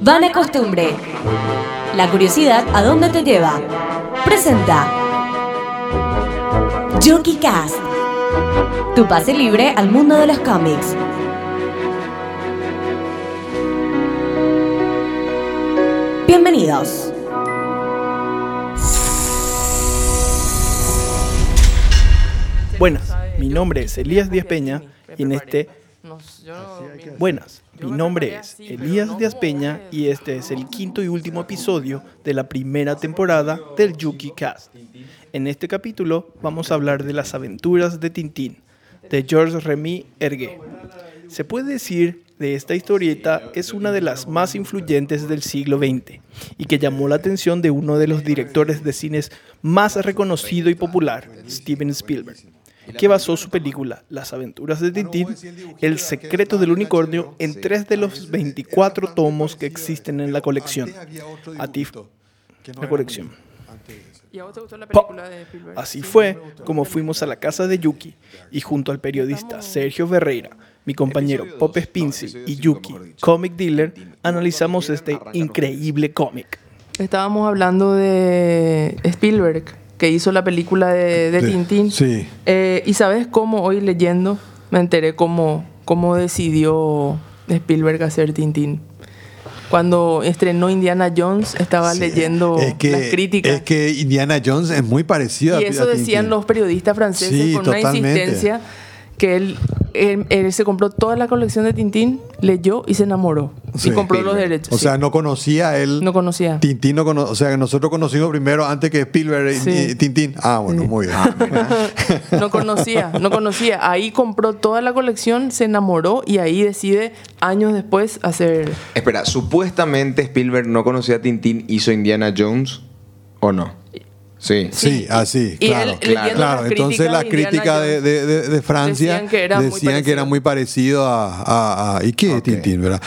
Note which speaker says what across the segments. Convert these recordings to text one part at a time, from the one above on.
Speaker 1: Vana costumbre. La curiosidad a dónde te lleva. Presenta. Jockey Cast. Tu pase libre al mundo de los cómics. Bienvenidos.
Speaker 2: Buenas, mi nombre es Elías Díaz Peña y en este... Buenas, mi nombre es Elías Díaz Peña y este es el quinto y último episodio de la primera temporada del Yuki Cast. En este capítulo vamos a hablar de las aventuras de Tintín, de Georges Remy Hergé. Se puede decir de esta historieta es una de las más influyentes del siglo XX y que llamó la atención de uno de los directores de cines más reconocido y popular, Steven Spielberg, que basó su película Las aventuras de Tintín, El secreto del unicornio, en tres de los 24 tomos que existen en la colección. A ti, la colección.
Speaker 3: ¿Y a vos te gustó la
Speaker 2: Po-
Speaker 3: película de Spielberg?
Speaker 2: Así fue como fuimos a la casa de Yuki y junto al periodista Sergio Ferreira, mi compañero Pop Spincy y Yuki, comic dealer, analizamos este increíble cómic.
Speaker 3: Estábamos hablando de Spielberg, que hizo la película de, de
Speaker 4: De-
Speaker 3: Tintín.
Speaker 4: sí.
Speaker 3: Eh, y sabes cómo hoy leyendo me enteré cómo, cómo decidió Spielberg hacer Tintín. Cuando estrenó Indiana Jones, estaba leyendo
Speaker 4: Es que,
Speaker 3: las críticas.
Speaker 4: Es que Indiana Jones es muy parecida
Speaker 3: Y
Speaker 4: a-
Speaker 3: eso
Speaker 4: a
Speaker 3: decían
Speaker 4: Tintín.
Speaker 3: los periodistas franceses
Speaker 4: Sí,
Speaker 3: con una
Speaker 4: totalmente.
Speaker 3: insistencia que él, él- él se compró toda la colección de Tintín, leyó y se enamoró.
Speaker 4: Sí.
Speaker 3: y compró los derechos.
Speaker 4: O
Speaker 3: sí.
Speaker 4: sea, no conocía él.
Speaker 3: no conocía.
Speaker 4: Tintín no cono- o sea, nosotros conocimos primero antes que Spielberg y-
Speaker 3: Sí.
Speaker 4: y Tintín. Ah, bueno, muy bien.
Speaker 3: No conocía, no conocía. Ahí compró toda la colección, se enamoró y ahí decide años después hacer.
Speaker 5: Espera, supuestamente Spielberg no conocía a Tintín, hizo Indiana Jones, ¿o no? Sí.
Speaker 4: Sí, así,
Speaker 3: Y él
Speaker 4: claro.
Speaker 3: leyendo
Speaker 4: claro,
Speaker 3: las críticas
Speaker 4: entonces la
Speaker 3: de Indiana
Speaker 4: crítica de,
Speaker 3: Jones
Speaker 4: de- de- de Francia
Speaker 3: decían que era muy
Speaker 4: decían que era
Speaker 3: parecido.
Speaker 4: muy parecido a, a- a- ¿Y qué
Speaker 5: Ok.
Speaker 4: Tintín, verdad?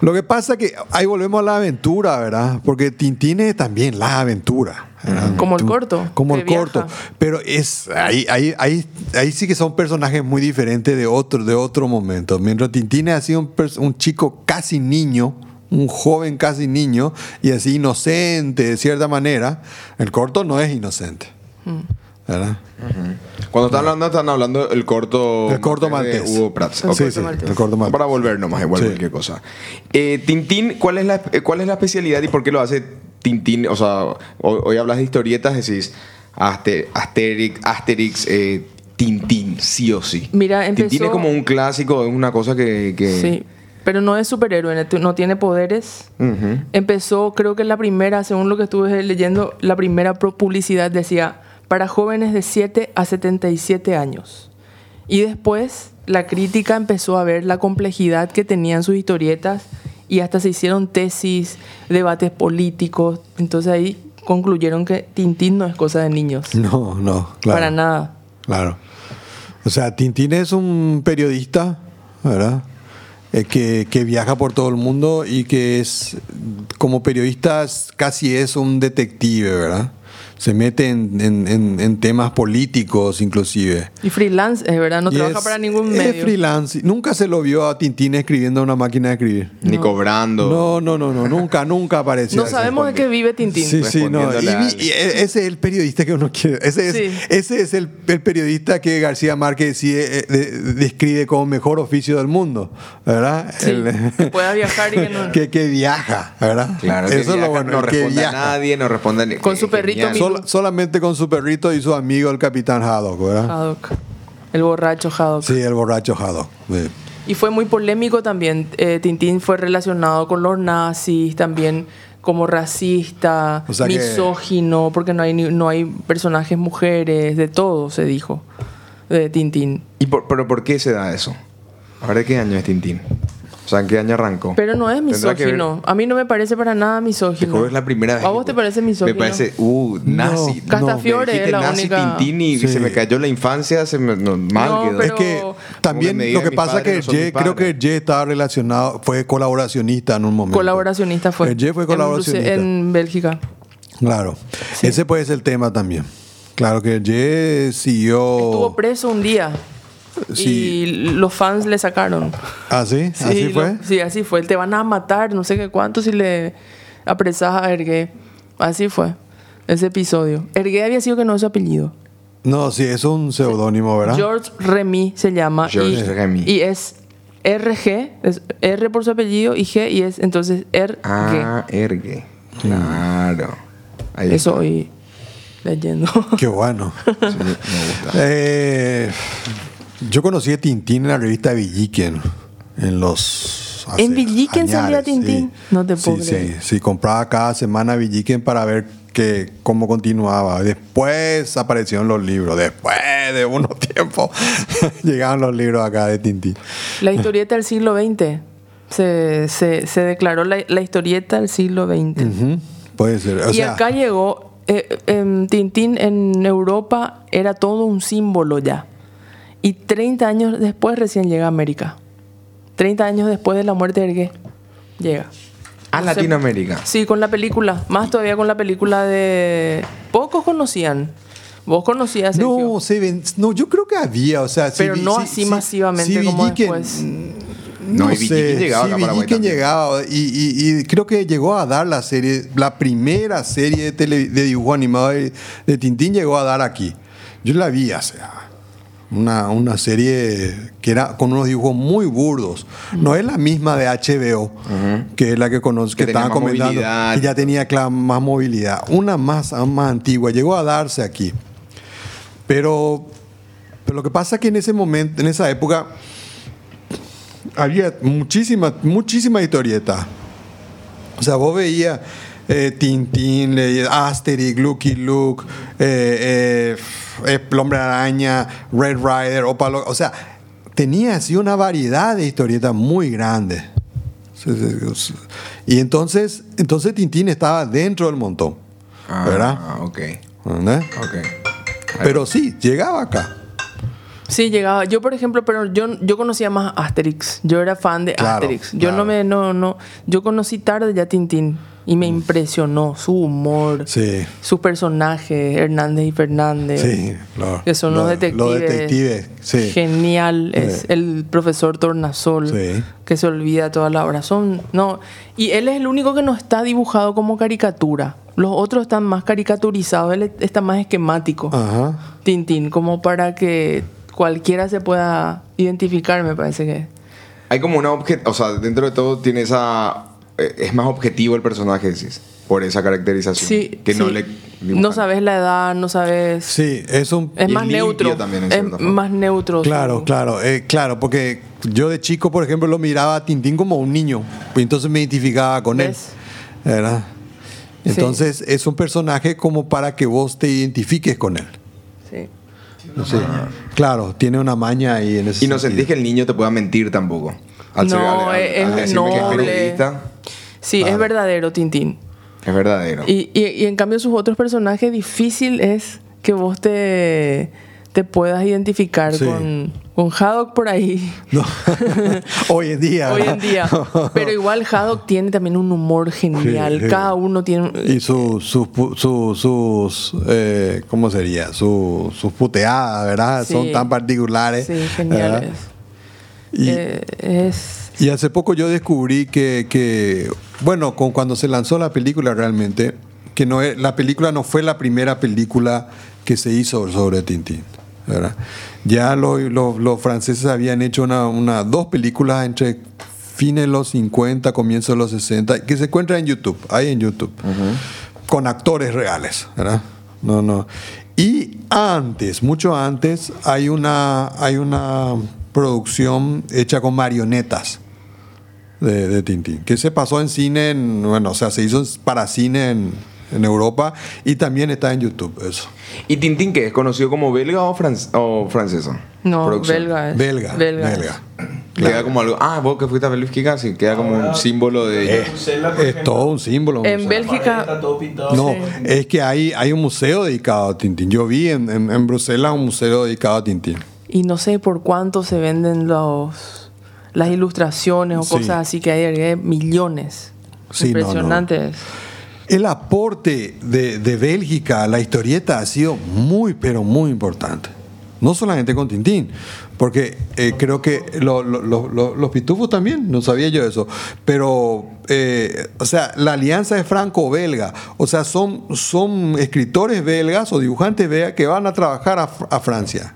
Speaker 4: Lo que pasa que ahí volvemos a la aventura, ¿verdad? Porque Tintín es también la aventura. ¿verdad?
Speaker 3: Como el
Speaker 4: Tú-
Speaker 3: corto,
Speaker 4: Como
Speaker 3: que
Speaker 4: el corto.
Speaker 3: viaja.
Speaker 4: Pero es ahí, ahí, ahí, ahí sí que son personajes muy diferentes de otro, de otro momento. Mientras Tintín ha sido un, pers- un chico casi niño, un joven casi niño, y así inocente de cierta manera, el corto no es inocente.
Speaker 3: Mm.
Speaker 4: ¿Verdad?
Speaker 5: Cuando están hablando, están hablando el corto.
Speaker 4: El corto
Speaker 5: de
Speaker 4: maltés.
Speaker 5: Hugo Prats.
Speaker 3: El
Speaker 5: Ok.
Speaker 4: Sí,
Speaker 3: corto
Speaker 4: sí,
Speaker 3: maltés.
Speaker 4: el corto maltés.
Speaker 5: Para volver nomás, igual
Speaker 4: Sí.
Speaker 5: cualquier cosa. Eh, Tintín, ¿cuál es, la, eh, ¿cuál es la especialidad y por qué lo hace Tintín? O sea, ho- hoy, hablas de historietas, decís Aster- Asterix, Asterix eh, Tintín, sí o sí.
Speaker 3: Mira,
Speaker 5: Tintín
Speaker 3: empezó-
Speaker 5: es como un clásico, es una cosa que. que-
Speaker 3: Sí. Pero no es superhéroe, no tiene poderes.
Speaker 5: Ujú.
Speaker 3: Empezó, creo que la primera, según lo que estuve leyendo, la primera pro- publicidad decía para jóvenes de 7 a 77 años. Y después la crítica empezó a ver la complejidad que tenían sus historietas y hasta se hicieron tesis, debates políticos. Entonces ahí concluyeron que Tintín no es cosa de niños.
Speaker 4: No, no, claro.
Speaker 3: Para nada.
Speaker 4: Claro. O sea, Tintín es un periodista, ¿verdad? Eh, que, que viaja por todo el mundo y que es, como periodista, es- casi es un detective, ¿verdad? Se mete en, en- en- en temas políticos, inclusive.
Speaker 3: Y freelance, es verdad, no
Speaker 4: Y
Speaker 3: trabaja
Speaker 4: es-
Speaker 3: para ningún
Speaker 4: es
Speaker 3: medio.
Speaker 4: freelance. Nunca se lo vio a Tintín escribiendo a una máquina de escribir.
Speaker 5: Ni cobrando.
Speaker 4: No, no, no, no, nunca, nunca apareció.
Speaker 3: no sabemos de qué vive Tintín.
Speaker 4: Sí, sí, no. Y,
Speaker 5: respondiéndole al-
Speaker 4: vi- y e- ese es el periodista que uno quiere. Ese es,
Speaker 3: Sí.
Speaker 4: ese es el, el periodista que García Márquez decide- eh, de- describe como mejor oficio del mundo, ¿verdad?
Speaker 3: Sí,
Speaker 4: El-
Speaker 3: pues. que pueda viajar y que no-
Speaker 4: que, que viaja, ¿verdad?
Speaker 5: Claro,
Speaker 4: Eso
Speaker 5: que
Speaker 4: es lo
Speaker 5: viaja,
Speaker 4: bueno.
Speaker 5: No
Speaker 4: el que
Speaker 5: responde a
Speaker 4: viaja.
Speaker 5: nadie, no responde a ni-
Speaker 3: Con su
Speaker 5: Genial.
Speaker 3: perrito mismo.
Speaker 4: Sol- solamente con su perrito y su amigo, el capitán Haddock, ¿verdad?
Speaker 3: Haddock. El borracho Haddock.
Speaker 4: Sí, el borracho Haddock. sí.
Speaker 3: Y fue muy polémico también. Eh, Tintín fue relacionado con los nazis, también como racista,
Speaker 4: O sea que-
Speaker 3: misógino, porque no hay, ni- no hay personajes mujeres, de todo se dijo de Tintín.
Speaker 5: ¿Y por, pero por qué se da eso? Ahora, ¿qué año es Tintín? O sea, ¿en qué año arrancó?
Speaker 3: Pero no es
Speaker 5: Tendrá que ver-
Speaker 3: misógino. A mí no me parece para nada
Speaker 5: Te
Speaker 3: misógino.
Speaker 5: juro, es la primera vez.
Speaker 3: ¿A
Speaker 5: que-
Speaker 3: vos te parece misógino?
Speaker 5: Me parece, uh, nazi.
Speaker 4: No,
Speaker 3: Castafiore
Speaker 5: me dijiste
Speaker 3: es la
Speaker 5: nazi,
Speaker 3: única-
Speaker 5: Tintín y
Speaker 4: Sí.
Speaker 5: se me cayó la infancia, se me no, mal
Speaker 3: No,
Speaker 5: quedó.
Speaker 3: pero-
Speaker 4: es que
Speaker 5: Como
Speaker 4: también
Speaker 5: que me
Speaker 4: lo
Speaker 5: digan
Speaker 4: que
Speaker 5: mis
Speaker 4: pasa
Speaker 5: padres
Speaker 4: que
Speaker 5: no son mis
Speaker 4: Jay, creo que
Speaker 5: padres.
Speaker 4: Jay estaba relacionado, fue colaboracionista en un momento.
Speaker 3: Colaboracionista fue.
Speaker 4: El Jay fue
Speaker 3: En Bruce-
Speaker 4: colaboracionista.
Speaker 3: en Bélgica.
Speaker 4: Claro, ese puede ser el tema también. Claro que Ye siguió.
Speaker 3: Estuvo preso un día. Y
Speaker 4: Oh. Sí.
Speaker 3: los fans le sacaron.
Speaker 4: ¿Ah, sí?
Speaker 3: Sí,
Speaker 4: ¿Así
Speaker 3: lo-
Speaker 4: fue?
Speaker 3: sí, así fue. Te van a matar, no sé qué cuánto, si le apresas a Ergué. Así fue. Ese episodio. Ergué había sido que no es su apellido.
Speaker 4: No, sí, es un seudónimo, ¿verdad?
Speaker 3: George Remy se llama.
Speaker 5: George
Speaker 3: y,
Speaker 5: Remy.
Speaker 3: Y es RG, es R por su apellido y G, y es entonces RG.
Speaker 5: Ah, ergue. Claro. Ahí
Speaker 3: Eso
Speaker 5: está.
Speaker 3: hoy leyendo.
Speaker 4: Qué bueno.
Speaker 5: Sí, me gusta.
Speaker 4: Eh, yo conocí a Tintín en la revista Villiquen. En los. hace
Speaker 3: ¿En Villiquen salía
Speaker 4: añares,
Speaker 3: Tintín? No te puedo
Speaker 4: sí,
Speaker 3: creer.
Speaker 4: Sí, sí, compraba cada semana Villiquen para ver que, cómo continuaba. Después aparecieron los libros. Después de unos tiempos llegaban los libros acá de Tintín.
Speaker 3: La historieta del siglo XX. Se, se, se declaró la, la historieta del siglo XX.
Speaker 4: Ujú, Puede ser. O
Speaker 3: y
Speaker 4: sea,
Speaker 3: acá llegó eh, em, Tintín en Europa, era todo un símbolo ya. Y 30 años después recién llega a América. 30 años después de la muerte de Ergué, llega.
Speaker 5: A Ah, Latinoamérica.
Speaker 3: Sí, con la película, más todavía con la película de... Pocos conocían. Vos conocías, Sergio.
Speaker 4: No, se ven- no, yo creo que había, o sea, si
Speaker 3: Pero
Speaker 4: vi-
Speaker 3: no
Speaker 4: si-
Speaker 3: así
Speaker 4: si-
Speaker 3: masivamente
Speaker 4: si
Speaker 3: como
Speaker 4: Villiquen-
Speaker 3: después.
Speaker 5: No, y Villiquen llegaba
Speaker 4: sí,
Speaker 5: acá a Paraguay
Speaker 4: Villiquen
Speaker 5: también.
Speaker 4: llegaba y, y- y creo que llegó a dar la serie, la primera serie de, tele- de dibujo animado de, de Tintín llegó a dar aquí. Yo la vi hace una, una serie que era con unos dibujos muy burdos. No es la misma de HBO, que es la que conozco, que,
Speaker 5: Que tenía
Speaker 4: estaban
Speaker 5: más
Speaker 4: comentando,
Speaker 5: movilidad.
Speaker 4: que ya tenía cla- más movilidad. Una más, más antigua, llegó a darse aquí. Pero, pero lo que pasa es que en ese momento, en esa época, había muchísima, muchísima historieta. O sea, vos veías eh, Tintín, leías Asterix, Lucky Luke, eh, eh, El Hombre Araña, Red Rider, Opa Lo- O sea, tenía así una variedad de historietas muy grande. Sí, sí, sí. Y entonces, entonces Tintín estaba dentro del montón.
Speaker 5: Ah,
Speaker 4: ¿Verdad?
Speaker 5: ok.
Speaker 4: ¿Verdad?
Speaker 5: Ok.
Speaker 4: Pero sí, llegaba acá.
Speaker 3: Sí, llegaba. Yo, por ejemplo, pero yo, yo conocía más Asterix. Yo era fan de
Speaker 4: Claro,
Speaker 3: Asterix. Yo
Speaker 4: claro.
Speaker 3: no me, no, no. Yo conocí tarde ya a Tintín y me impresionó su humor,
Speaker 4: Mm. Sí.
Speaker 3: sus personajes, Hernández y Fernández.
Speaker 4: Sí, lo-
Speaker 3: que son
Speaker 4: lo-
Speaker 3: los detectives.
Speaker 4: los detectives, sí.
Speaker 3: Genial. Es
Speaker 4: Sí.
Speaker 3: el profesor Tornasol
Speaker 4: Sí.
Speaker 3: que se olvida todas las horas. Son, no. Y él es el único que no está dibujado como caricatura. Los otros están más caricaturizados, él está más esquemático.
Speaker 4: Ajá.
Speaker 3: Tintín, como para que cualquiera se pueda identificar, me parece que.
Speaker 5: Hay como una objet... O sea, dentro de todo tiene esa... eh, Es más objetivo el personaje, decís. Por esa caracterización.
Speaker 3: Sí,
Speaker 5: Que no
Speaker 3: sí.
Speaker 5: le... dibujan.
Speaker 3: No sabes la edad, no sabes.
Speaker 4: Sí, es un...
Speaker 3: Es
Speaker 5: Y
Speaker 3: más
Speaker 5: limpio
Speaker 3: neutro.
Speaker 5: también, en
Speaker 3: es
Speaker 5: cierta forma.
Speaker 3: más neutro.
Speaker 4: Claro,
Speaker 3: su-
Speaker 4: claro, eh, claro, porque yo de chico, por ejemplo, lo miraba a Tintín como un niño, y entonces me identificaba con
Speaker 3: ¿Ves?
Speaker 4: él, ¿verdad? Entonces es un personaje como para que vos te identifiques con él.
Speaker 3: Sí.
Speaker 4: Sí. Claro, tiene una maña ahí en ese
Speaker 5: Y no sentís que
Speaker 4: sentido.
Speaker 5: el niño te pueda mentir tampoco.
Speaker 3: No, es- es
Speaker 5: decirme que
Speaker 3: noble.
Speaker 5: periodista,
Speaker 3: Sí, es verdadero Tintín.
Speaker 5: es verdadero.
Speaker 3: Y, y- y en cambio, sus otros personajes, difícil es que vos te, te puedas identificar
Speaker 4: Sí.
Speaker 3: con, con Haddock por ahí.
Speaker 4: No. Hoy en día.
Speaker 3: Hoy en
Speaker 4: ¿verdad?
Speaker 3: día. Pero igual Haddock tiene también un humor genial.
Speaker 4: sí.
Speaker 3: Cada uno tiene. un-
Speaker 4: Y sus, sus, pu- sus, sus, eh, ¿cómo sería? Sus, sus puteadas, ¿verdad?
Speaker 3: Sí.
Speaker 4: Son tan particulares.
Speaker 3: Sí,
Speaker 4: ¿verdad?
Speaker 3: geniales.
Speaker 4: Y-
Speaker 3: Eh, es
Speaker 4: Y hace poco yo descubrí que, que, bueno, con, cuando se lanzó la película realmente, que no es- la película no fue la primera película que se hizo sobre Tintín. ¿verdad? Ya lo- lo- los franceses habían hecho una, una- dos películas entre fines de los 50, comienzos de los 60, que se encuentran en YouTube, hay en YouTube, con actores reales. ¿verdad? No, no. Y antes, mucho antes, hay una, hay una producción hecha con marionetas de, de Tintín, que se pasó en cine, en- bueno, o sea, se hizo para cine en, en Europa y también está en YouTube eso.
Speaker 5: ¿Y Tintín qué? ¿Es conocido como belga o, fran- o francesa?
Speaker 3: No,
Speaker 5: Producción.
Speaker 3: belga es.
Speaker 4: Belga. Belga.
Speaker 3: Ah, Belga.
Speaker 5: Queda como algo... Ah, vos que fuiste a Bélgica, sí, queda como un símbolo de...
Speaker 4: Es todo un símbolo.
Speaker 3: En
Speaker 4: museo.
Speaker 3: Bélgica,
Speaker 4: No, es que hay, hay un museo dedicado a Tintín. Yo vi en, en- en Bruselas un museo dedicado a Tintín.
Speaker 3: y no sé por cuánto se venden los las ilustraciones o
Speaker 4: Sí.
Speaker 3: cosas así que hay, hay millones.
Speaker 4: Sí, no, no.
Speaker 3: Impresionantes.
Speaker 4: El aporte de, de Bélgica a la historieta ha sido muy, pero muy importante. No solamente con Tintín, Porque eh, creo que lo- lo- lo- lo- los pitufos también, no sabía yo eso. Pero, eh, o sea, la alianza es franco-belga. O sea, son, son escritores belgas o dibujantes belgas que van a trabajar a, Fr- a Francia.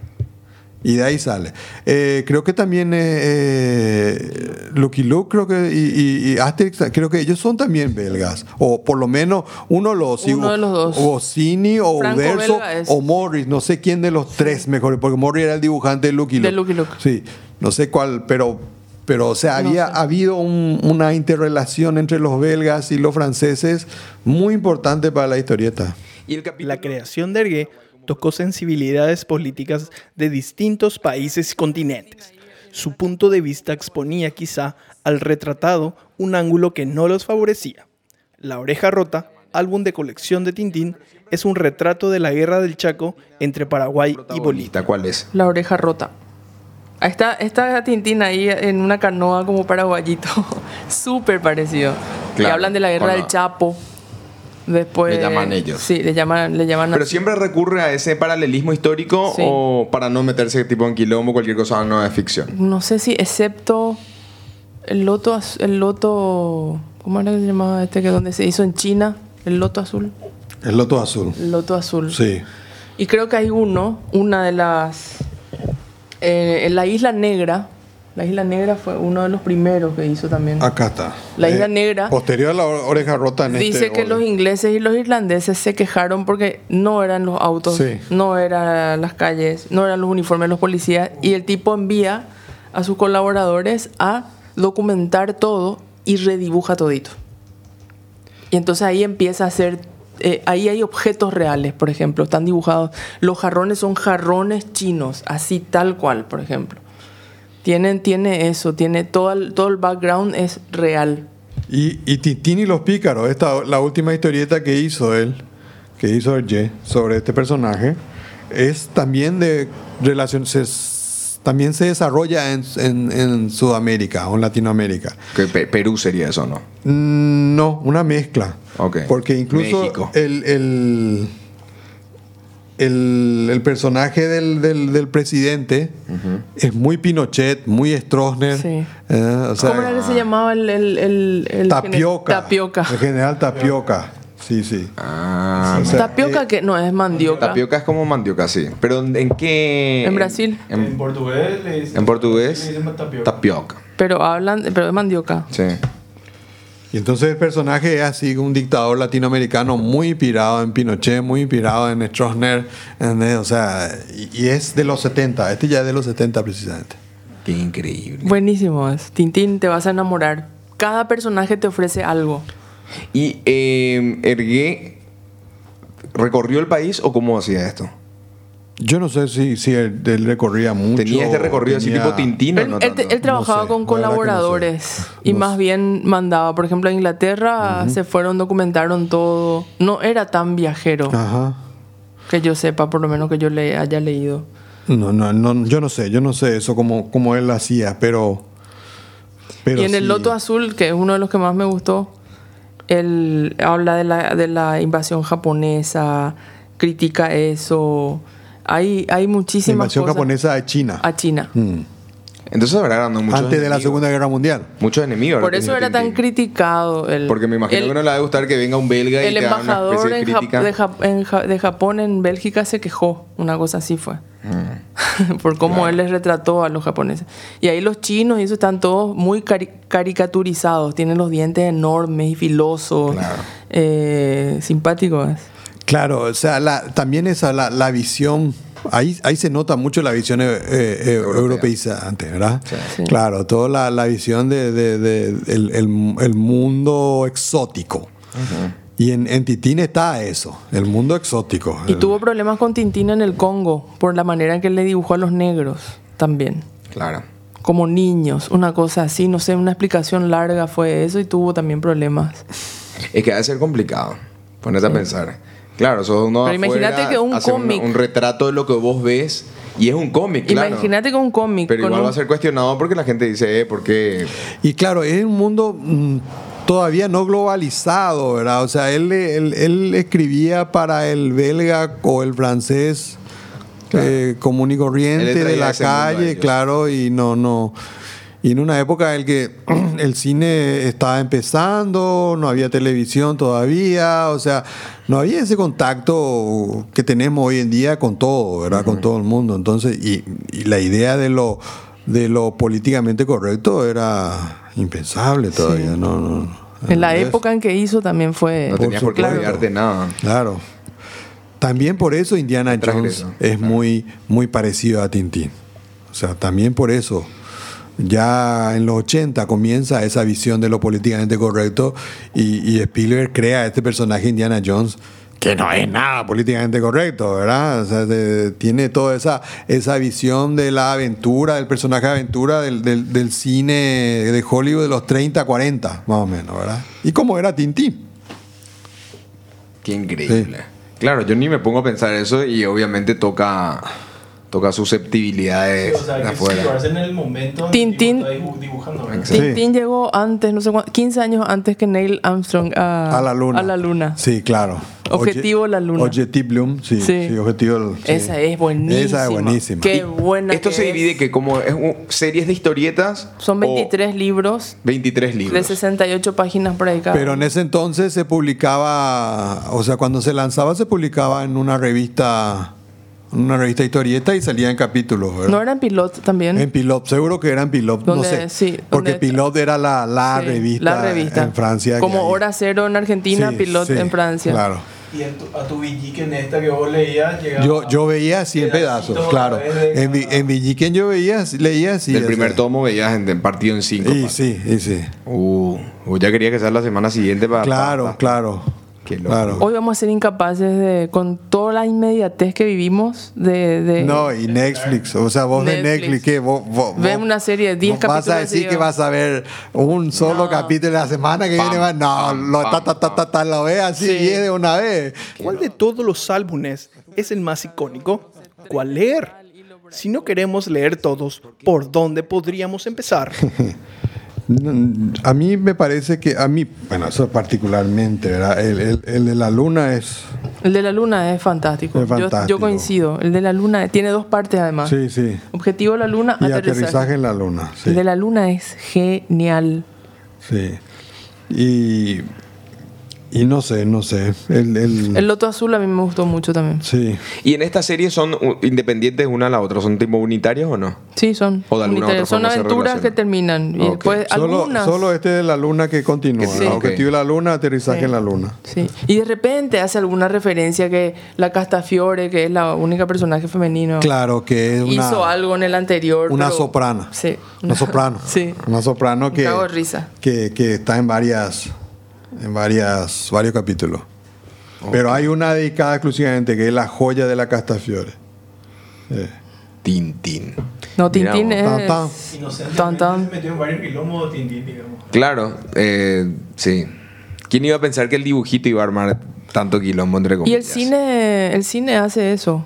Speaker 4: Y de ahí sale. Eh, creo que también eh, eh, Lucky Luke creo que, y, y- y Asterix, creo que ellos son también belgas. O por lo menos uno los
Speaker 3: Uno de los dos.
Speaker 4: O Cini o
Speaker 3: Franco-belga
Speaker 4: Uderzo
Speaker 3: es.
Speaker 4: o Morris. No sé quién de los tres mejores, porque Morris era el dibujante de Lucky Luke.
Speaker 3: De Lucky Luke.
Speaker 4: Sí, no sé cuál, pero, pero o sea,
Speaker 3: No
Speaker 4: había
Speaker 3: sé.
Speaker 4: ha habido un- una interrelación entre los belgas y los franceses muy importante para la historieta.
Speaker 5: Y el capítulo...
Speaker 2: La creación de Hergé tocó sensibilidades políticas de distintos países y continentes. Su punto de vista exponía quizá al retratado un ángulo que no los favorecía. La oreja rota, álbum de colección de Tintín, es un retrato de la guerra del Chaco entre Paraguay y Bolivia.
Speaker 5: protagonista, ¿Cuál es?
Speaker 3: La oreja rota. Ahí está, está Tintín ahí en una canoa como paraguayito. Súper parecido.
Speaker 5: Claro,
Speaker 3: y hablan de la guerra
Speaker 5: con
Speaker 3: del
Speaker 5: la-
Speaker 3: Chapo. Después.
Speaker 5: Le llaman ellos.
Speaker 3: Sí, le llaman, le llaman
Speaker 5: Pero
Speaker 3: así.
Speaker 5: siempre recurre a ese paralelismo histórico
Speaker 3: Sí.
Speaker 5: o para no meterse tipo en quilombo, cualquier cosa no es ficción.
Speaker 3: No sé si, excepto el loto. az- El loto ¿Cómo era que se llamaba este? Que donde se hizo en China. El loto azul.
Speaker 4: El Loto Azul.
Speaker 3: El loto azul.
Speaker 4: Sí.
Speaker 3: Y creo que hay uno, una de las. eh, en la Isla Negra. La Isla Negra fue uno de los primeros que hizo también.
Speaker 4: Acá está.
Speaker 3: La Isla Negra.
Speaker 4: Eh, Posterior a la o- oreja rota en
Speaker 3: Dice
Speaker 4: este
Speaker 3: que
Speaker 4: orden.
Speaker 3: los ingleses y los irlandeses se quejaron porque no eran los autos,
Speaker 4: Sí.
Speaker 3: no eran las calles, no eran los uniformes de los policías. Y el tipo envía a sus colaboradores a documentar todo y redibuja todito. Y entonces ahí empieza a ser... eh, ahí hay objetos reales, por ejemplo, están dibujados. Los jarrones son jarrones chinos, así tal cual, por ejemplo. Tienen, tiene eso, tiene todo el, todo el background es real.
Speaker 4: Y, y Tintín y los pícaros, esta la última historieta que hizo él, que hizo Hergé sobre este personaje, es también de relación, se- también se desarrolla en, en- en Sudamérica o en Latinoamérica.
Speaker 5: Que Pe- Perú sería eso, ¿no?
Speaker 4: Mm, No, una mezcla.
Speaker 5: Ok.
Speaker 4: Porque incluso
Speaker 5: México.
Speaker 4: el, el, el- el personaje del, del- del presidente es muy Pinochet, muy Stroessner.
Speaker 3: Sí.
Speaker 4: eh, o sea-
Speaker 3: ¿Cómo era que se llamaba el, el, el, el
Speaker 4: Tapioca.
Speaker 3: gene- Tapioca.
Speaker 4: El general Tapioca. Sí, sí.
Speaker 5: Ah,
Speaker 4: O sea,
Speaker 3: Tapioca
Speaker 4: eh,
Speaker 3: que no es mandioca.
Speaker 5: tapioca es como mandioca, sí. Pero ¿en- ¿en qué?
Speaker 3: En Brasil.
Speaker 5: En,
Speaker 2: portugués le dicen,
Speaker 5: en portugués. Tapioca.
Speaker 3: Pero hablan, pero es mandioca.
Speaker 5: Sí.
Speaker 4: Y entonces el personaje es así, un dictador latinoamericano muy inspirado en Pinochet, muy inspirado en Stroessner, ¿entendés? o sea, y, y es de los 70, este ya es de los 70 precisamente.
Speaker 5: Qué increíble.
Speaker 3: Buenísimo es. Tintín, te vas a enamorar. Cada personaje te ofrece algo.
Speaker 5: ¿Y eh, Hergé recorrió el país o cómo hacía esto?
Speaker 4: Yo no sé si, si él, él recorría mucho.
Speaker 5: ¿Tenía este recorrido así
Speaker 4: tenía-
Speaker 5: tipo Tintín o
Speaker 3: Él,
Speaker 5: no?
Speaker 3: él te-
Speaker 5: tanto?
Speaker 3: él trabajaba
Speaker 4: sé,
Speaker 3: con
Speaker 4: la verdad que no sé.
Speaker 3: colaboradores y
Speaker 4: No
Speaker 3: más
Speaker 4: sé.
Speaker 3: bien mandaba. Por ejemplo, a Inglaterra se fueron, documentaron todo. No era tan viajero
Speaker 4: Ajá.
Speaker 3: que yo sepa, por lo menos que yo le haya leído. Mm.
Speaker 4: No, no, no, yo no sé, yo no sé eso como, como él hacía, pero... pero
Speaker 3: y en el
Speaker 4: sí.
Speaker 3: Loto Azul, que es uno de los que más me gustó, él habla de la, de la invasión japonesa, critica eso. Hay, hay
Speaker 4: La
Speaker 3: muchísimas
Speaker 4: invasión
Speaker 3: cosas.
Speaker 4: japonesa de China.
Speaker 3: A China.
Speaker 4: Mm.
Speaker 5: Entonces habrá ganado muchos
Speaker 4: Antes de la
Speaker 5: enemigos.
Speaker 4: Segunda Guerra Mundial.
Speaker 5: Muchos enemigos.
Speaker 3: Por
Speaker 5: habrá
Speaker 3: eso
Speaker 5: tenido
Speaker 3: era tan
Speaker 5: Tintín.
Speaker 3: criticado. El,
Speaker 5: Porque me imagino
Speaker 3: el-
Speaker 5: que no le va a gustar que venga un belga y
Speaker 3: el
Speaker 5: te haga una
Speaker 3: embajador
Speaker 5: especie de
Speaker 3: en Jap-
Speaker 5: crítica.
Speaker 3: de, Jap- en Ja- de Japón en Bélgica se quejó, una cosa así fue,
Speaker 5: Mm.
Speaker 3: por cómo él les retrató a los japoneses. Y ahí los chinos y eso están todos muy cari- caricaturizados, tienen los dientes enormes y filosos,
Speaker 5: Claro.
Speaker 3: eh, simpáticos.
Speaker 4: Claro, o sea, la- también esa, la, la visión, ahí, ahí se nota mucho la visión eh, eh, eh, europeizante, ¿verdad?
Speaker 3: Sí.
Speaker 4: Claro, toda la, la visión de, de- de- el, el- el mundo exótico. Y en, en Titín está eso, el mundo exótico.
Speaker 3: Y
Speaker 4: El-
Speaker 3: tuvo problemas con Tintín en el Congo por la manera en que él le dibujó a los negros también.
Speaker 5: Claro.
Speaker 3: como niños, una cosa así, no sé, una explicación larga fue eso y tuvo también problemas.
Speaker 5: Es que ha de ser complicado. Ponete a pensar. Claro, sos uno
Speaker 3: Pero
Speaker 5: afuera,
Speaker 3: imagínate que un
Speaker 5: hace
Speaker 3: cómic-
Speaker 5: Un, retrato de lo que vos ves y es un cómic, claro.
Speaker 3: Imagínate con un cómic.
Speaker 5: Pero
Speaker 3: con
Speaker 5: igual
Speaker 3: un-
Speaker 5: va a ser cuestionado porque la gente dice, eh, ¿por qué?
Speaker 4: Y claro, es un mundo mm, todavía no globalizado, ¿verdad? O sea, él, él, él escribía para el belga o el francés eh, común y corriente
Speaker 5: Él le
Speaker 4: de
Speaker 5: traía
Speaker 4: la
Speaker 5: ese mundo a
Speaker 4: calle,
Speaker 5: ellos.
Speaker 4: claro, y no, no. Y en una época en que el cine estaba empezando, no había televisión todavía, o sea, no había ese contacto que tenemos hoy en día con todo, ¿verdad? Con todo el mundo. Entonces, y, y la idea de lo, de lo políticamente correcto era impensable todavía, no, no, no.
Speaker 3: En la
Speaker 4: ¿Entendés?
Speaker 3: época en que hizo también fue...
Speaker 5: No
Speaker 4: Por
Speaker 5: tenías por qué
Speaker 4: supuesto.
Speaker 5: olvidarte nada.
Speaker 4: Claro. También por eso Indiana Jones
Speaker 5: Transgresa,
Speaker 4: es muy, muy parecido a Tintín. O sea, también por eso. Ya en los 80 comienza esa visión de lo políticamente correcto y, y Spielberg crea este personaje Indiana Jones que no es nada políticamente correcto, ¿verdad? O sea, de- tiene toda esa, esa visión de la aventura, del personaje de aventura, del, del- del cine de Hollywood de los 30, 40, más o menos, ¿verdad? Y como era Tintín.
Speaker 5: Qué increíble. Claro, yo ni me pongo a pensar eso y obviamente toca, toca susceptibilidades
Speaker 2: O sea,
Speaker 5: de
Speaker 2: que
Speaker 5: afuera.
Speaker 2: situarse en el momento.
Speaker 3: Tintín.
Speaker 2: y dibuj- dibujando, ¿verdad?
Speaker 5: Sí.
Speaker 3: Tintín llegó antes, no sé cuánto, 15 años antes que Neil Armstrong a,
Speaker 4: A la luna.
Speaker 3: Ah, a la luna.
Speaker 4: Sí, claro.
Speaker 3: Objetivo la luna.
Speaker 4: Objetivo Bloom, sí.
Speaker 3: Sí.
Speaker 4: Sí, objetivo. sí.
Speaker 3: Esa es buenísima.
Speaker 4: Esa es buenísima.
Speaker 3: Qué buena.
Speaker 5: Esto
Speaker 3: que
Speaker 5: se
Speaker 3: es.
Speaker 5: divide que como es un- series de historietas.
Speaker 3: Son
Speaker 4: Oh.
Speaker 5: o
Speaker 3: 23 libros
Speaker 5: 23
Speaker 3: de
Speaker 5: libros.
Speaker 3: 68 páginas por ahí cada
Speaker 4: Pero en ese entonces se publicaba, o sea, cuando se lanzaba se publicaba en una revista, en una revista historieta y salía en capítulos, ¿verdad?
Speaker 3: No eran piloto también.
Speaker 4: En Pilop, seguro que era en Pilop, no
Speaker 3: Donde-
Speaker 4: sé.
Speaker 3: sí,
Speaker 4: porque
Speaker 3: donde-
Speaker 4: Pilop era la, la,
Speaker 3: Sí,
Speaker 4: revista
Speaker 3: la revista.
Speaker 4: en Francia.
Speaker 3: Como
Speaker 4: horas
Speaker 3: Hora Cero en Argentina, Pilot en Francia.
Speaker 4: Claro.
Speaker 2: Y en tu- a tu Villique en esta que vos leías llegaba.
Speaker 4: Yo, yo veía así en pedazos,
Speaker 2: Pedacito,
Speaker 4: claro.
Speaker 2: verde,
Speaker 4: En, Vi- en Villiquen yo veía, así- leía así.
Speaker 5: Del
Speaker 4: o
Speaker 5: primer
Speaker 4: sea.
Speaker 5: tomo veías en, en partido en 5.
Speaker 4: Y sí, y sí.
Speaker 5: Uh, uh, ya quería que sea la semana siguiente para.
Speaker 4: Claro,
Speaker 5: para-
Speaker 4: claro.
Speaker 5: Qué loco.
Speaker 4: claro.
Speaker 3: Hoy vamos a ser incapaces de, con toda la inmediatez que vivimos, de... de-
Speaker 4: No, y Netflix. O sea, vos de
Speaker 3: Netflix.
Speaker 4: Netflix, ¿qué? Vos, vos-
Speaker 3: Ves
Speaker 4: vos-
Speaker 3: una serie de 10
Speaker 4: vos Vas a
Speaker 3: capítulos
Speaker 4: decir que
Speaker 3: seguidos.
Speaker 4: vas a ver un solo
Speaker 3: No.
Speaker 4: capítulo la semana que
Speaker 5: Pam,
Speaker 4: viene. va- No,
Speaker 5: pam,
Speaker 4: lo,
Speaker 5: pam,
Speaker 4: ta, ta, ta, ta, ta, lo ves así
Speaker 3: Sí.
Speaker 4: y es de una vez.
Speaker 2: ¿Cuál de todos los álbumes es el más icónico? ¿Cuál leer? Si no queremos leer todos, ¿por dónde podríamos empezar?
Speaker 4: Mm, A mí me parece que, a mí, bueno, eso particularmente, ¿verdad? El, el- el de la luna es.
Speaker 3: El de la luna es fantástico.
Speaker 4: Es
Speaker 3: Yo- Yo,
Speaker 4: fantástico.
Speaker 3: coincido. El de la luna tiene dos partes además.
Speaker 4: Sí, sí.
Speaker 3: Objetivo de la luna,
Speaker 4: Y
Speaker 3: Ah. aterrizaje.
Speaker 4: aterrizaje en la luna. Sí.
Speaker 3: El de la luna es genial.
Speaker 4: sí. Y. Y no sé, no sé. El. el-
Speaker 3: El loto azul a mí me gustó mucho también.
Speaker 4: sí.
Speaker 5: ¿Y en esta serie son uh, independientes una a la otra? ¿Son tipo unitarios o no?
Speaker 3: Sí, son
Speaker 5: O de alguna
Speaker 3: unitarias.
Speaker 5: otra
Speaker 3: Son
Speaker 5: forma se
Speaker 3: aventuras
Speaker 5: relacionan.
Speaker 3: que terminan. Y
Speaker 5: Ok.
Speaker 3: después
Speaker 4: Solo,
Speaker 3: algunas.
Speaker 4: solo este de la luna que continúa.
Speaker 5: Sí.
Speaker 4: Objetivo de la luna, aterrizaje
Speaker 3: Sí.
Speaker 4: en la luna.
Speaker 3: Sí. Y de repente hace alguna referencia que la Castafiore, que es la única personaje femenino,
Speaker 4: Claro que es una,
Speaker 3: hizo algo en el anterior.
Speaker 4: una
Speaker 3: pero-
Speaker 4: soprano.
Speaker 3: Sí.
Speaker 4: Una soprano.
Speaker 3: Sí.
Speaker 4: Una soprano que,
Speaker 3: cago de risa.
Speaker 4: que, que está en varias, en varias, varios capítulos. Pero hay una dedicada exclusivamente que es la joya de la Castafiore. Eh,
Speaker 5: Tintín.
Speaker 3: No, Tintín
Speaker 5: Mira
Speaker 4: vos.
Speaker 3: es.
Speaker 4: Tan,
Speaker 2: Inocentemente
Speaker 3: Tan, tan.
Speaker 2: se metió en varios quilombos Tintín, digamos.
Speaker 5: Claro, eh, sí. ¿Quién iba a pensar que el dibujito iba a armar tanto quilombo entre
Speaker 3: Y
Speaker 5: comillas?
Speaker 3: el cine, el cine hace eso.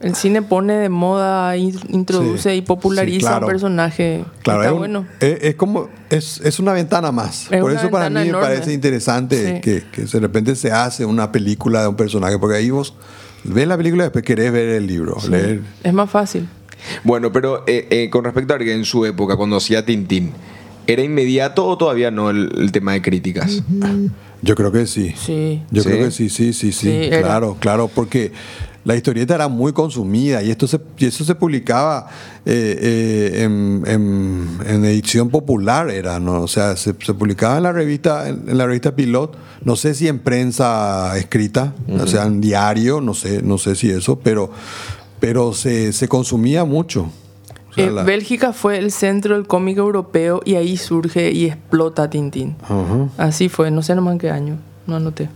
Speaker 3: El cine pone de moda, in- introduce
Speaker 4: Sí,
Speaker 3: y populariza
Speaker 4: sí, claro.
Speaker 3: un personaje.
Speaker 4: Claro,
Speaker 3: Está
Speaker 4: es, un-
Speaker 3: bueno.
Speaker 4: es- es como es, es una ventana más.
Speaker 3: Es
Speaker 4: Por
Speaker 3: una
Speaker 4: eso para
Speaker 3: ventana
Speaker 4: mí me
Speaker 3: enorme.
Speaker 4: parece interesante
Speaker 3: Sí.
Speaker 4: que, que de repente se hace una película de un personaje, porque ahí vos ves la película y después querés ver el libro, leer.
Speaker 3: Es más fácil.
Speaker 5: Bueno, pero eh, eh, con respecto a que en su época, cuando hacía Tintín, ¿era inmediato o todavía no el, el tema de críticas?
Speaker 4: Yo creo que sí.
Speaker 3: Sí.
Speaker 4: Yo
Speaker 5: ¿Sí?
Speaker 4: creo que sí, sí, sí, sí.
Speaker 3: Sí, era.
Speaker 4: claro, claro, porque la historieta era muy consumida y esto se, y eso se publicaba eh, eh, en, en- en edición popular, era, ¿no? O sea, se, se publicaba en la revista, en, en la revista Pilot, no sé si en prensa escrita, o sea, en diario, no sé, no sé si eso, pero, pero se, se consumía mucho. O sea,
Speaker 3: Eh,
Speaker 4: la-
Speaker 3: Bélgica fue el centro del cómic europeo y ahí surge y explota Tintín.
Speaker 4: Ajá.
Speaker 3: Así fue, no sé nomás en qué año, no anoté.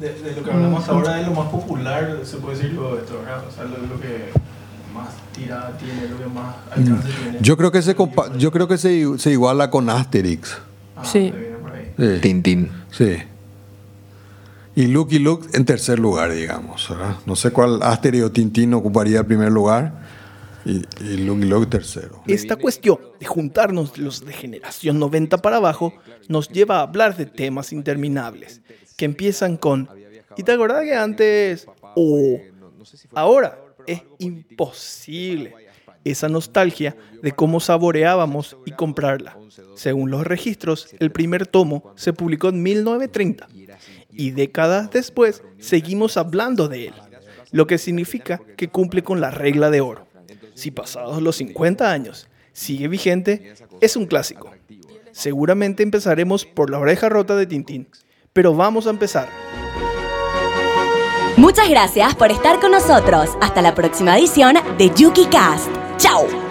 Speaker 2: De, de lo que hablamos ahora es lo más popular, se puede decir luego de esto, ¿verdad? O sea, lo, lo que más tirada tiene, lo que más alcance tiene.
Speaker 4: Yo creo que se compa- yo creo que se, se iguala con Asterix.
Speaker 2: Ah,
Speaker 3: Sí.
Speaker 2: te viene por ahí.
Speaker 4: Sí.
Speaker 5: Tintín.
Speaker 4: Sí. Y Lucky Luke en tercer lugar, digamos. ¿verdad? No sé cuál Asterix o Tintín ocuparía el primer lugar. Y, y Lucky Luke tercero.
Speaker 2: Esta cuestión de juntarnos los de generación 90 para abajo nos lleva a hablar de temas interminables, que empiezan con ¿Y te acordás que antes? o ahora es imposible esa nostalgia de cómo saboreábamos y comprarla. Según los registros, el primer tomo se publicó en 1930 y décadas después seguimos hablando de él, lo que significa que cumple con la regla de oro. Si pasados los 50 años sigue vigente, es un clásico. Seguramente empezaremos por la oreja rota de Tintín, pero vamos a empezar.
Speaker 1: Muchas gracias por estar con nosotros. Hasta la próxima edición de Yuki Cast. ¡Chao!